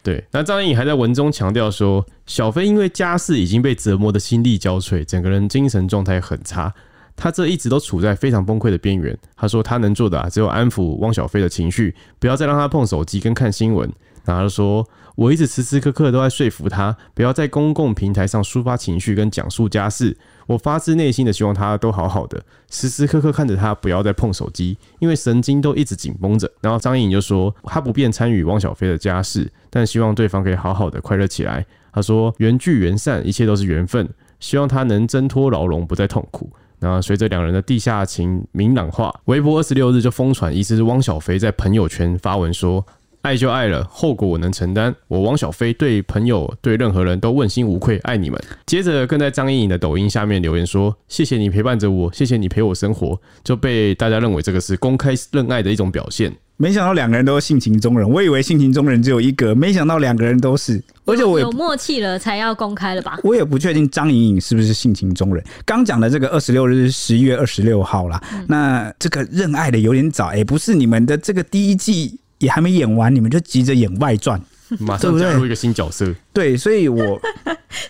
C: 对，那张颖还在文中强调说，小飞因为家事已经被折磨的心力交瘁，整个人精神状态很差。他这一直都处在非常崩溃的边缘。他说他能做的啊，只有安抚汪小菲的情绪，不要再让他碰手机跟看新闻。然后他说，我一直时时刻刻都在说服他，不要在公共平台上抒发情绪跟讲述家事。我发自内心的希望他都好好的，时时刻刻看着他，不要再碰手机，因为神经都一直紧绷着。然后张颖就说，他不便参与汪小菲的家事，但希望对方可以好好的快乐起来。他说，缘聚缘散，一切都是缘分，希望他能挣脱牢笼，不再痛苦。那随着两人的地下情明朗化，微博二十六日就疯传疑似是汪小菲在朋友圈发文说：“爱就爱了，后果我能承担。我汪小菲对朋友、对任何人都问心无愧，爱你们。”接着更在张颖颖的抖音下面留言说：“谢谢你陪伴着我，谢谢你陪我生活。”就被大家认为这个是公开认爱的一种表 现。
A: 没想到两个人都性情中人，我以为性情中人只有一个，没想到两个人都是。而且我也
B: 有默契了才要公开了吧？
A: 我也不确定张颖颖是不是性情中人。刚讲的这个二十六日是十一月二十六号啦，那这个认爱的有点早，哎、不是你们的这个第一季也还没演完，你们就急着演外传。
C: 马上加入一个新角色，
A: 对，所以 我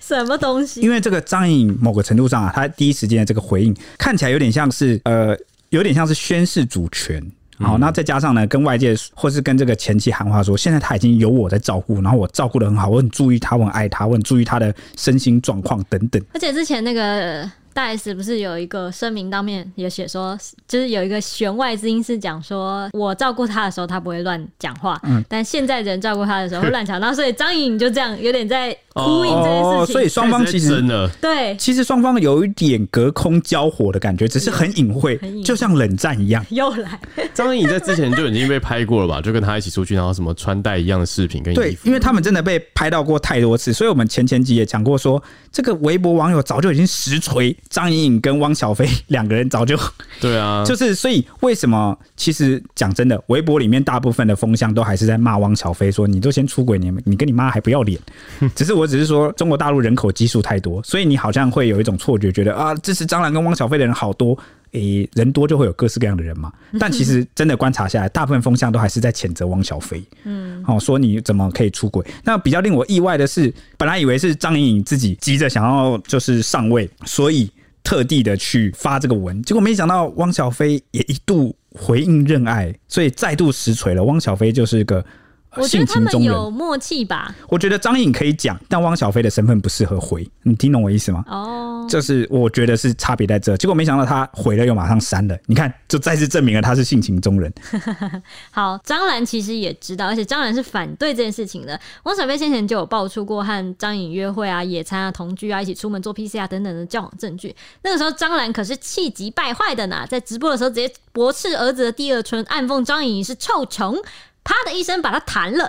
B: 什么东西？
A: 因为这个张颖某个程度上啊，她第一时间的这个回应看起来有点像是呃，有点像是宣示主权。好，那再加上呢，跟外界或是跟这个前妻喊话说，现在他已经有我在照顾，然后我照顾的很好，我很注意他，我很爱他，我很注意他的身心状况等等。
B: 而且之前那个大 S 不是有一个声明，当面也写说，就是有一个弦外之音是讲说，我照顾他的时候他不会乱讲话，
A: 嗯
B: 但现在人照顾他的时候 会乱讲，然后所以张颖就这样有点在呼应这件事情，
A: 哦所以双方其实
C: 真的
B: 对，
A: 其实双方有一点隔空交火的感觉，只是很隐晦
B: 很隐，晦
A: 就像冷战一样。
B: 又来，
C: 张颖在之前就已经被拍过了吧？就跟他一起出去，然后什么穿戴一样的饰品跟衣
A: 对，
C: 服
A: 因，为他们真的被拍到过太多次，所以我们前前集也讲过说，这个微博网友早就已经实锤张颖颖跟汪小菲两个人，早就
C: 对啊，
A: 就是，所以为什么？其实讲真的，微博里面大部分的风向都还是在骂汪小菲，说你都先出轨，你你跟你妈还不要 脸。只是我只是说，中国大陆人口基数太多，所以你好像会有一种错觉，觉得啊，支持张兰跟汪小菲的人好多。诶、人多就会有各式各样的人嘛。但其实真的观察下来，大部分风向都还是在谴责汪小菲，嗯，哦，说你怎么可以出轨？那比较令我意外的是，本来以为是张颖颖自己急着想要就是上位，所以特地的去发这个文，结果没想到汪小菲也一度回应认爱，所以再度实锤了。汪小菲就是个呃
B: 我觉得
A: 性
B: 他
A: 情
B: 们
A: 中人。
B: 有默契吧？
A: 我觉得张颖可以讲，但汪小菲的身份不适合回，你听懂我意思吗？
B: 哦，
A: 就是我觉得是差别在这，结果没想到他回了又马上删了，你看，就再次证明了他是性情中人。
B: 好，张兰其实也知道，而且张兰是反对这件事情的。汪小菲先前就有爆出过和张颖约会啊、野餐啊、同居啊、一起出门做 PCR 等等的交往证据。那个时候张兰可是气急败坏的呢，在直播的时候直接驳斥儿子的第二春，暗讽张颖是臭虫，啪的一声把他弹了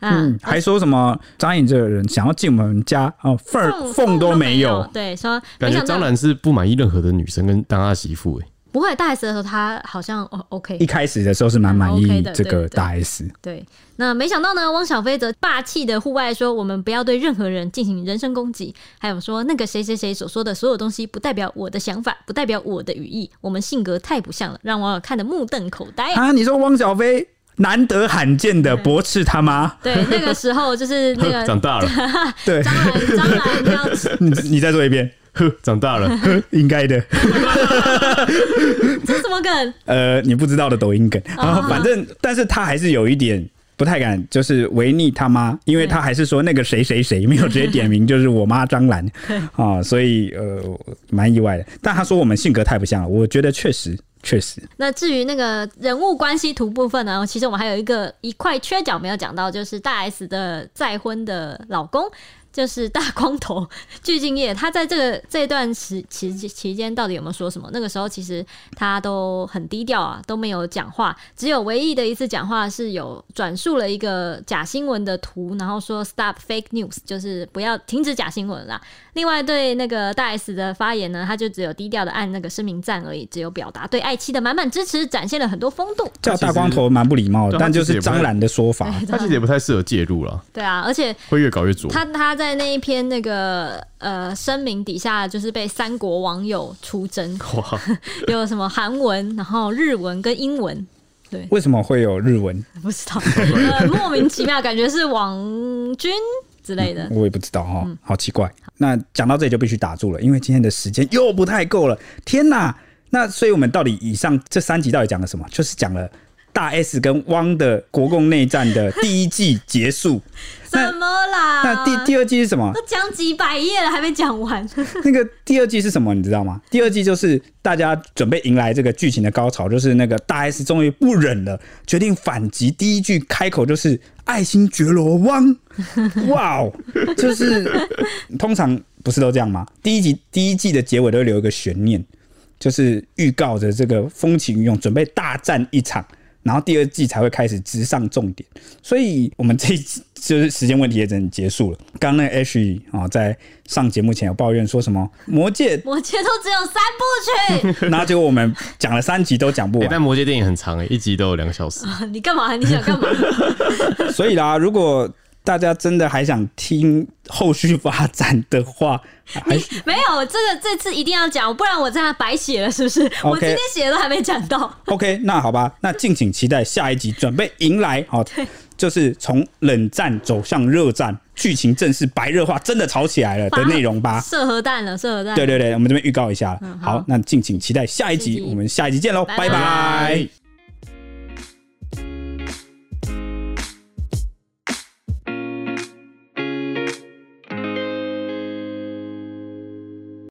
B: 啊。
A: 嗯，还说什么张颖这个人想要进我们家啊，缝儿缝都没有，
B: 对，说
C: 感
B: 没
C: 觉
B: 想
C: 张
B: 到
C: 兰是不满意任何的女生跟当她媳妇、欸，
B: 不会大 S 的时候，他好像哦 OK，
A: 一开始的时候是蛮满
B: 嗯，OK
A: 意
B: 的
A: 这
B: 对
A: 个
B: 对
A: 大 S，
B: 对，那没想到呢，汪小菲则霸气的户外说：“我们不要对任何人进行人身攻击。”还有说那个谁谁谁所说的所有东西，不代表我的想法，不代表我的语义，我们性格太不像了，让网友看得目瞪口呆啊！
A: 啊，你说汪小菲难得罕见的驳斥他妈，
B: 对，那个时候就是那个 啊
C: 长大 了，
A: 对，
B: 张兰，张兰要
A: 你你再说一遍，
C: 呵，长大 了，
A: 应该的，
B: 这什么梗？
A: 呃，你不知道的抖音梗，然后反正，但是他还是有一点。不太敢，就是违逆他妈，因为他还是说那个谁谁谁没有直接点名，就是我妈张兰啊，所以呃蛮意外的。但他说我们性格太不像了，我觉得确实确实，
B: 那至于那个人物关系图部分呢，其实我们还有一个一块缺角没有讲到，就是大 S 的再婚的老公。就是大光头具敬业，他在这个这段时期期间到底有没有说什么？那个时候其实他都很低调啊，都没有讲话，只有唯一的一次讲话是有转述了一个假新闻的图，然后说 “stop fake news”，就是不要停止假新闻啦。另外对那个大 S 的发言呢，他就只有低调的按那个声明赞而已，只有表达对爱妻的满满支持，展现了很多风度。
A: 叫大光头蛮不礼貌的，
C: 对
A: 但就
C: 他其实
A: 是
C: 也不太
A: 张兰的说法。
C: 他其实也不太适合介入了，
B: 对啊，而且
C: 会越搞越左。
B: 他他在那一篇那个呃声明底下，就是被三国网友出征，
C: 哇，
B: 有什么韩文，然后日文跟英文，
A: 为什么会有日文？
B: 不知 道，呃、莫名其妙，感觉是王军之类的。
A: 我也不知道哈，好奇怪。那讲到这里就必须打住了，因为今天的时间又不太够了。天哪！那所以我们到底以上这三集到底讲了什么？就是讲了大 S 跟汪的国共内战的第一季结束。
B: 怎么啦？
A: 那第第二季是 什么？
B: 都讲几百页了，还没讲完。
A: 那个第二季是什么？你知道吗？第二季就是大家准备迎来这个剧情的高潮，就是那个大 S 终于不忍了，决定反击。第一句开口就是“爱新觉罗汪”，哇哦，就是通常不是都这样吗？第一集第一季的结尾都会留一个悬念，就是预告着这个风起云涌，准备大战一场。然后第二季才会开始直上重点，所以我们这一季就是时间问题也只能结束了。刚刚那个 H 啊、哦，在上节目前有抱怨说什么《魔戒》
B: 我觉得都只有三部曲，
A: 然后结果我们讲了三集都讲不
C: 欸但
A: 完，
C: 魔戒电影很长诶、一集都有两个小时。
B: 你干嘛？你想 干嘛？
A: 所以啦，如果大家真的还想听后续发展的话，还
B: 没有，这个这次一定要讲，不然我这样白写了，是不是我今天写的都还没讲到。
A: OK，那好吧，那敬请期待下一集，准备迎来好，就是从冷战走向热战，剧情正式白热化，真的吵起来了的内容吧。
B: 射核弹了，射核弹。
A: 对对对，我们这边预告一下了。
B: 嗯好
A: 好，那敬请期待下一
B: 下一
A: 集，
B: 集
A: 我们下一集见喽，
B: 拜
A: 拜
B: 拜
A: 拜